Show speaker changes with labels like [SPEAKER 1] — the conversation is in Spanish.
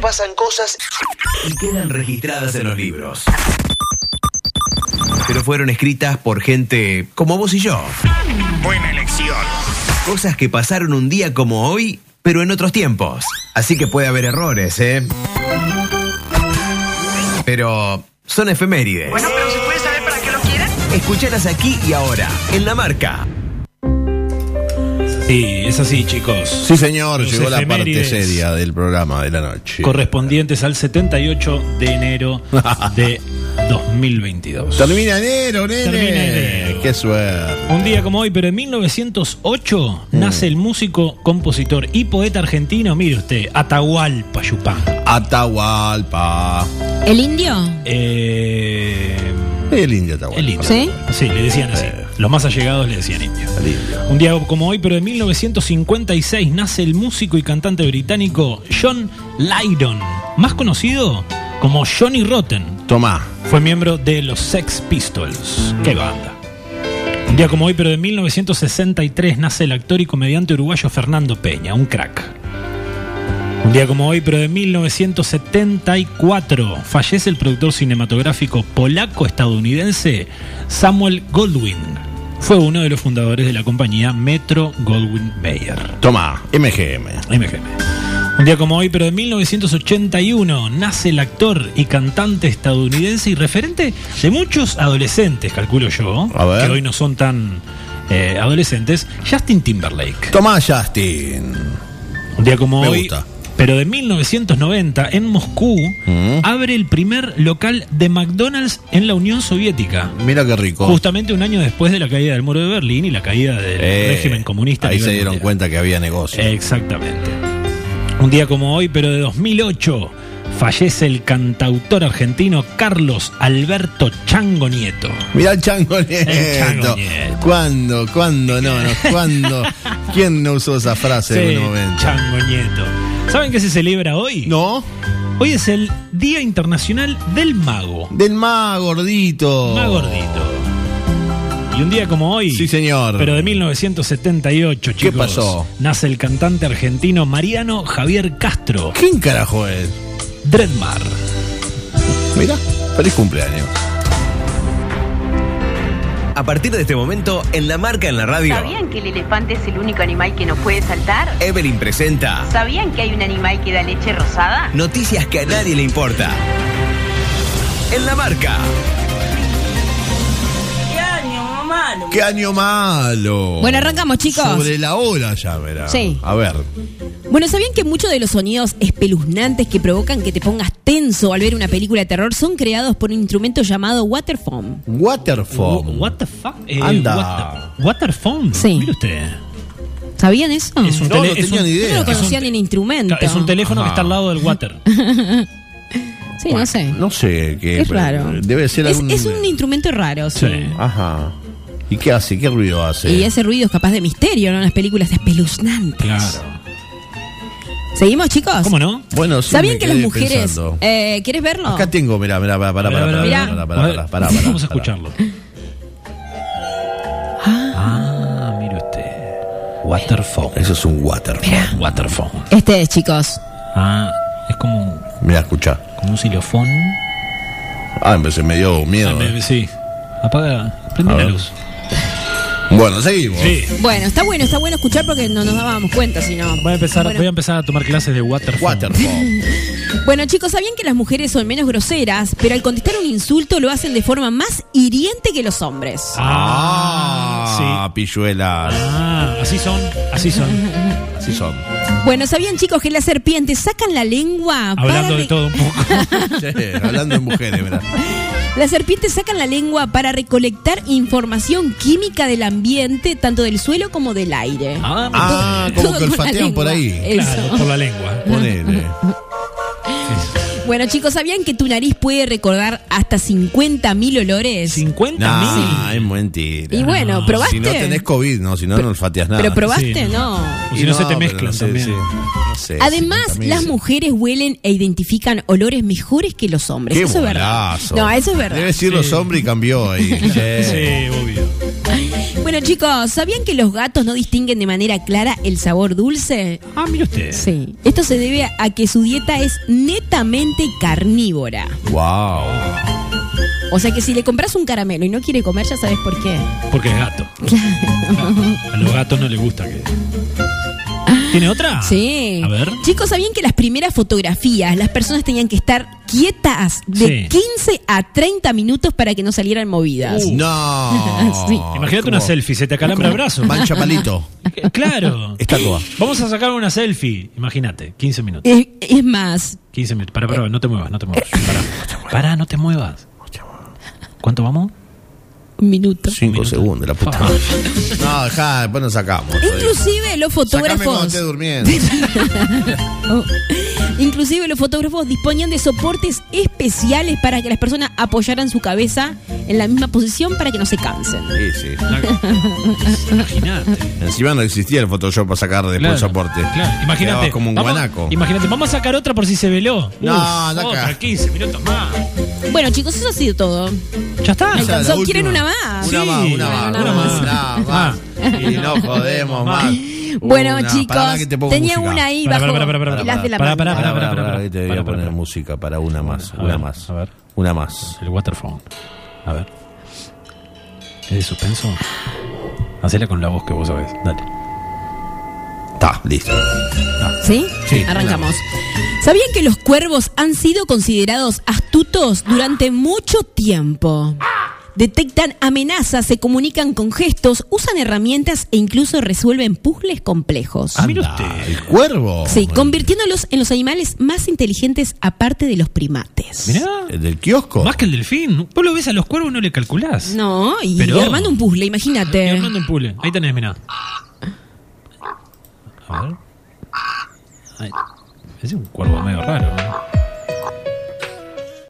[SPEAKER 1] pasan cosas
[SPEAKER 2] y quedan registradas en los libros. Pero fueron escritas por gente como vos y yo.
[SPEAKER 3] Buena elección.
[SPEAKER 2] Cosas que pasaron un día como hoy, pero en otros tiempos. Así que puede haber errores, ¿eh? Pero son efemérides.
[SPEAKER 4] Bueno, pero ¿se puede saber para qué lo quieren?
[SPEAKER 2] Escuchalas aquí y ahora, en la marca.
[SPEAKER 5] Sí, es así, chicos.
[SPEAKER 6] Sí, señor,
[SPEAKER 5] Los
[SPEAKER 6] llegó la parte
[SPEAKER 5] efemérides.
[SPEAKER 6] seria del programa de la noche.
[SPEAKER 5] Correspondientes al 78 de enero de 2022.
[SPEAKER 6] Termina enero, nene.
[SPEAKER 5] Termina enero.
[SPEAKER 6] Qué suerte.
[SPEAKER 5] Un día como hoy, pero en 1908 nace el músico, compositor y poeta argentino, mire usted, Atahualpa Yupanqui.
[SPEAKER 6] Atahualpa.
[SPEAKER 7] ¿El indio?
[SPEAKER 5] Eh,
[SPEAKER 6] El indio Atahualpa.
[SPEAKER 5] el indio.
[SPEAKER 7] ¿Sí?
[SPEAKER 5] Sí, le decían así.
[SPEAKER 6] Eh.
[SPEAKER 5] Los más allegados le decían indio.
[SPEAKER 6] El indio.
[SPEAKER 5] Un día como hoy, pero en 1956 nace el músico y cantante británico John Lydon, más conocido como Johnny Rotten.
[SPEAKER 6] Tomá.
[SPEAKER 5] Fue miembro de los Sex Pistols. ¡Qué banda! Un día como hoy, pero de 1963, nace el actor y comediante uruguayo Fernando Peña, un crack. Un día como hoy, pero de 1974, fallece el productor cinematográfico polaco-estadounidense Samuel Goldwyn. Fue uno de los fundadores de la compañía Metro Goldwyn Mayer.
[SPEAKER 6] Tomá. MGM.
[SPEAKER 5] MGM. Un día como hoy, pero de 1981, nace el actor y cantante estadounidense y referente de muchos adolescentes, calculo yo,
[SPEAKER 6] A ver.
[SPEAKER 5] que hoy no son tan eh, adolescentes, Justin Timberlake.
[SPEAKER 6] Tomá, Justin.
[SPEAKER 5] Un día como
[SPEAKER 6] Me
[SPEAKER 5] hoy,
[SPEAKER 6] gusta.
[SPEAKER 5] pero de 1990, en Moscú,
[SPEAKER 6] Mm.
[SPEAKER 5] abre el primer local de McDonald's en la Unión Soviética.
[SPEAKER 6] Mira qué rico.
[SPEAKER 5] Justamente un año después de la caída del muro de Berlín y la caída del
[SPEAKER 6] Eh,
[SPEAKER 5] régimen comunista. a Eh.
[SPEAKER 6] Ahí
[SPEAKER 5] nivel
[SPEAKER 6] se dieron
[SPEAKER 5] mundial.
[SPEAKER 6] cuenta que había negocio.
[SPEAKER 5] Exactamente. Un día como hoy, pero de 2008, fallece el cantautor argentino Carlos Alberto Chango Nieto.
[SPEAKER 6] Mirá el chango nieto.
[SPEAKER 5] chango nieto.
[SPEAKER 6] ¿Cuándo? ¿Cuándo? No, no. ¿Cuándo? ¿Quién no usó esa frase en un momento?
[SPEAKER 5] Chango Nieto. ¿Saben qué se celebra hoy?
[SPEAKER 6] ¿No?
[SPEAKER 5] Hoy es el Día Internacional del Mago.
[SPEAKER 6] Del más gordito.
[SPEAKER 5] Más gordito. Y un día como hoy.
[SPEAKER 6] Sí, señor.
[SPEAKER 5] Pero de 1978, chicos.
[SPEAKER 6] pasó?
[SPEAKER 5] Nace el cantante argentino Mariano Javier Castro,
[SPEAKER 6] ¿Quién carajo es?
[SPEAKER 5] Dreadmar.
[SPEAKER 6] Mira, feliz cumpleaños.
[SPEAKER 2] A partir de este momento, en la marca en la radio,
[SPEAKER 4] ¿Sabían que el elefante es el único animal que no puede saltar?
[SPEAKER 2] Evelyn presenta
[SPEAKER 4] ¿Sabían que hay un animal que da leche rosada?
[SPEAKER 2] noticias que a nadie le importa. En la marca.
[SPEAKER 6] ¡Qué año malo!
[SPEAKER 7] Bueno, arrancamos, chicos.
[SPEAKER 6] Sobre la hora ya, verá.
[SPEAKER 7] Sí.
[SPEAKER 6] A ver.
[SPEAKER 7] Bueno, ¿sabían que muchos de los sonidos espeluznantes que provocan que te pongas tenso al ver una película de terror son creados por un instrumento llamado waterfoam?
[SPEAKER 6] Waterfall.
[SPEAKER 5] What the fuck? Eh,
[SPEAKER 6] Anda.
[SPEAKER 5] what the- Waterphone.
[SPEAKER 7] Sí.
[SPEAKER 5] Mire usted. eh.
[SPEAKER 7] ¿Sabían eso?
[SPEAKER 5] Es un
[SPEAKER 6] No,
[SPEAKER 5] tele-
[SPEAKER 6] no
[SPEAKER 5] es
[SPEAKER 6] tenía
[SPEAKER 5] un-
[SPEAKER 6] ni
[SPEAKER 7] Yo no
[SPEAKER 6] idea.
[SPEAKER 7] lo
[SPEAKER 6] Es un
[SPEAKER 7] conocía ni el instrumento.
[SPEAKER 5] Es un teléfono que está al lado del water.
[SPEAKER 7] Sí, no sé.
[SPEAKER 6] No sé qué.
[SPEAKER 7] Es
[SPEAKER 6] eh, pero
[SPEAKER 7] raro.
[SPEAKER 6] Debe ser
[SPEAKER 7] es,
[SPEAKER 6] algún.
[SPEAKER 7] es un instrumento raro, sí.
[SPEAKER 6] Ajá. ¿Y qué hace? ¿Qué ruido hace?
[SPEAKER 7] Y ese ruido es capaz de misterio, ¿no? En las películas espeluznantes.
[SPEAKER 5] Claro.
[SPEAKER 7] ¿Seguimos, chicos?
[SPEAKER 5] ¿Cómo no?
[SPEAKER 6] Bueno, sí,
[SPEAKER 7] ¿Sabían
[SPEAKER 6] me
[SPEAKER 7] que
[SPEAKER 6] quedé
[SPEAKER 7] las mujeres...
[SPEAKER 6] pensando.
[SPEAKER 7] Eh, ¿Quieres verlo?
[SPEAKER 6] Acá tengo, mirá, mirá, pará, pará,
[SPEAKER 5] Pará,
[SPEAKER 6] pará,
[SPEAKER 5] pará,
[SPEAKER 6] pará,
[SPEAKER 7] Mirá.
[SPEAKER 6] pará,
[SPEAKER 5] pará,
[SPEAKER 6] pará, pará, pará, pará.
[SPEAKER 5] Vamos a escucharlo. Ah, mire usted. Waterphone.
[SPEAKER 6] Eso es un waterfall.
[SPEAKER 5] Waterphone.
[SPEAKER 7] Este es, chicos.
[SPEAKER 5] Ah, es como, un-
[SPEAKER 6] Mirá, escuchá.
[SPEAKER 5] como un xilofón.
[SPEAKER 6] Ah, empecé, me dio miedo. eh.
[SPEAKER 5] sí. Apaga, prende
[SPEAKER 6] A
[SPEAKER 5] la
[SPEAKER 6] ver.
[SPEAKER 5] luz.
[SPEAKER 6] Bueno, seguimos.
[SPEAKER 7] Bueno, está bueno, está bueno escuchar porque no nos dábamos cuenta, si no.
[SPEAKER 5] Voy a empezar,
[SPEAKER 7] Bueno.
[SPEAKER 5] voy a empezar a tomar clases de waterphone.
[SPEAKER 6] Waterfall.
[SPEAKER 7] Bueno, chicos, ¿sabían que las mujeres son menos groseras, pero al contestar un insulto lo hacen de forma más hiriente que los hombres?
[SPEAKER 6] Ah,
[SPEAKER 5] Ah,
[SPEAKER 6] pilluelas.
[SPEAKER 5] Ah, así son, así son.
[SPEAKER 6] Así son.
[SPEAKER 5] Ah.
[SPEAKER 7] Bueno, ¿sabían, chicos, que las serpientes sacan la lengua para
[SPEAKER 5] Hablando de
[SPEAKER 7] re-
[SPEAKER 5] todo un poco.
[SPEAKER 6] Sí, hablando de mujeres, mirá.
[SPEAKER 7] Las serpientes sacan la lengua para recolectar información química del ambiente, tanto del suelo como del aire.
[SPEAKER 5] Ah,
[SPEAKER 6] Ah, como
[SPEAKER 7] Todo
[SPEAKER 6] que
[SPEAKER 7] con la
[SPEAKER 6] olfatean por
[SPEAKER 7] lengua.
[SPEAKER 6] ahí.
[SPEAKER 7] Eso.
[SPEAKER 5] claro, por la
[SPEAKER 6] Ah.
[SPEAKER 5] lengua.
[SPEAKER 6] Ponele.
[SPEAKER 7] Bueno, chicos, ¿sabían que tu nariz puede recordar hasta 50.000 olores?
[SPEAKER 5] 50
[SPEAKER 6] Nah, es mentira.
[SPEAKER 7] Y bueno, ¿probaste?
[SPEAKER 6] Ah, Si no tenés COVID, no, si no, no olfateas nada.
[SPEAKER 7] ¿Pero probaste?
[SPEAKER 5] Sí,
[SPEAKER 7] no.
[SPEAKER 5] O
[SPEAKER 6] Y
[SPEAKER 5] si no, se te
[SPEAKER 6] pero
[SPEAKER 5] mezclan
[SPEAKER 6] no sé,
[SPEAKER 5] también.
[SPEAKER 6] sí. No sé,
[SPEAKER 7] Además,
[SPEAKER 6] 50.000,
[SPEAKER 7] las
[SPEAKER 6] sí.
[SPEAKER 7] mujeres huelen e identifican olores mejores que los hombres.
[SPEAKER 6] Qué
[SPEAKER 7] eso es verdad.
[SPEAKER 6] bolazo.
[SPEAKER 7] No, eso es verdad.
[SPEAKER 6] Debe decir los hombres y cambió ahí.
[SPEAKER 5] Sí, obvio.
[SPEAKER 7] Bueno, chicos, ¿sabían que los gatos no distinguen de manera clara el sabor dulce?
[SPEAKER 5] Ah, mire usted.
[SPEAKER 7] Sí. Esto se debe a- a que su dieta es netamente carnívora.
[SPEAKER 6] Wow.
[SPEAKER 7] O sea que si le compras un caramelo y no quiere comer, ya sabes por qué.
[SPEAKER 5] Porque es gato. A los gatos no les gusta que. ¿Tiene
[SPEAKER 6] Ah,
[SPEAKER 5] otra?
[SPEAKER 7] Sí.
[SPEAKER 5] A ver.
[SPEAKER 7] Chicos, ¿sabían que las primeras fotografías las personas tenían que estar quietas
[SPEAKER 5] Sí.
[SPEAKER 7] de 15 a 30 minutos para que no salieran movidas?
[SPEAKER 5] Uh.
[SPEAKER 6] No.
[SPEAKER 7] Sí.
[SPEAKER 5] Imagínate
[SPEAKER 6] ¿Cómo?
[SPEAKER 5] una selfie, se te acalambra el brazo.
[SPEAKER 6] Mancha palito.
[SPEAKER 5] Claro.
[SPEAKER 6] Estatua.
[SPEAKER 5] Vamos a sacar una selfie. Imagínate, 15 minutos.
[SPEAKER 7] Es, es más,
[SPEAKER 5] 15 minutos. Pará, pará, no te muevas, no te muevas. Pará, pará no te muevas. ¿Cuánto vamos?
[SPEAKER 7] un minuto.
[SPEAKER 6] Cinco segundos, la puta.
[SPEAKER 5] Ah.
[SPEAKER 6] No, dejá, después nos sacamos.
[SPEAKER 7] Inclusive los
[SPEAKER 6] Sacame cuando esté
[SPEAKER 7] fotógrafos,
[SPEAKER 6] durmiendo.
[SPEAKER 7] Oh. inclusive los fotógrafos disponían de soportes especiales para que las personas apoyaran su cabeza en la misma posición para que no se cansen.
[SPEAKER 6] Sí, sí.
[SPEAKER 5] Imagínate.
[SPEAKER 6] Encima no existía el Photoshop para sacar después
[SPEAKER 5] Claro,
[SPEAKER 6] el soporte.
[SPEAKER 5] Claro,
[SPEAKER 6] Quedaba
[SPEAKER 5] imagínate.
[SPEAKER 6] como un
[SPEAKER 5] Vamos-
[SPEAKER 6] guanaco.
[SPEAKER 5] Imagínate, vamos a sacar otra por si se veló.
[SPEAKER 6] No,
[SPEAKER 5] Uf,
[SPEAKER 6] saca.
[SPEAKER 5] otra, 15 minutos más.
[SPEAKER 7] Bueno, chicos, eso ha sido todo.
[SPEAKER 5] Ya está.
[SPEAKER 6] Esa era la
[SPEAKER 7] Alcanzó. ¿Quieren
[SPEAKER 6] última.
[SPEAKER 7] una más?
[SPEAKER 6] Una
[SPEAKER 5] Sí, Ah.
[SPEAKER 6] más, una más,
[SPEAKER 7] una
[SPEAKER 6] una
[SPEAKER 7] más.
[SPEAKER 6] más. Una más. Y no podemos más.
[SPEAKER 7] Bueno,
[SPEAKER 6] Una.
[SPEAKER 7] chicos,
[SPEAKER 6] Pará, que te pongo
[SPEAKER 7] tenía
[SPEAKER 6] música.
[SPEAKER 7] una ahí
[SPEAKER 5] Pará,
[SPEAKER 7] bajo
[SPEAKER 5] pará, pará, pará,
[SPEAKER 7] las
[SPEAKER 5] pará,
[SPEAKER 7] de la
[SPEAKER 5] pará,
[SPEAKER 7] manga.
[SPEAKER 5] pará,
[SPEAKER 6] Pará, pará,
[SPEAKER 5] pará,
[SPEAKER 6] pará,
[SPEAKER 5] pará,
[SPEAKER 6] que te voy
[SPEAKER 5] pará,
[SPEAKER 6] a poner
[SPEAKER 5] pará.
[SPEAKER 6] música para una más,
[SPEAKER 5] A
[SPEAKER 6] una
[SPEAKER 5] ver,
[SPEAKER 6] más.
[SPEAKER 5] a ver.
[SPEAKER 6] Una más.
[SPEAKER 5] El waterphone. A ver. ¿Es de suspenso? Hacela con la voz que vos sabés. Dale.
[SPEAKER 6] Está, listo.
[SPEAKER 7] ¿Sí?
[SPEAKER 5] Sí,
[SPEAKER 7] Arrancamos. ¿Sabían que los cuervos han sido considerados astutos durante mucho tiempo? Detectan amenazas, se comunican con gestos, usan herramientas e incluso resuelven puzzles complejos.
[SPEAKER 5] Ah, mire
[SPEAKER 6] Anda,
[SPEAKER 5] usted.
[SPEAKER 6] El cuervo.
[SPEAKER 7] Sí, convirtiéndolos en los animales más inteligentes aparte de los primates.
[SPEAKER 5] Mirá.
[SPEAKER 6] ¿El del kiosco?
[SPEAKER 5] Más que el delfín. Vos lo ves a los cuervos y no le calculás.
[SPEAKER 7] No, y
[SPEAKER 5] Pero-
[SPEAKER 7] armando un puzzle,
[SPEAKER 5] Y
[SPEAKER 7] imagínate.
[SPEAKER 5] Armando en Pule. Ahí tenés, mirá. A ver. Ay, es un cuervo medio raro. ¿eh? ¿no?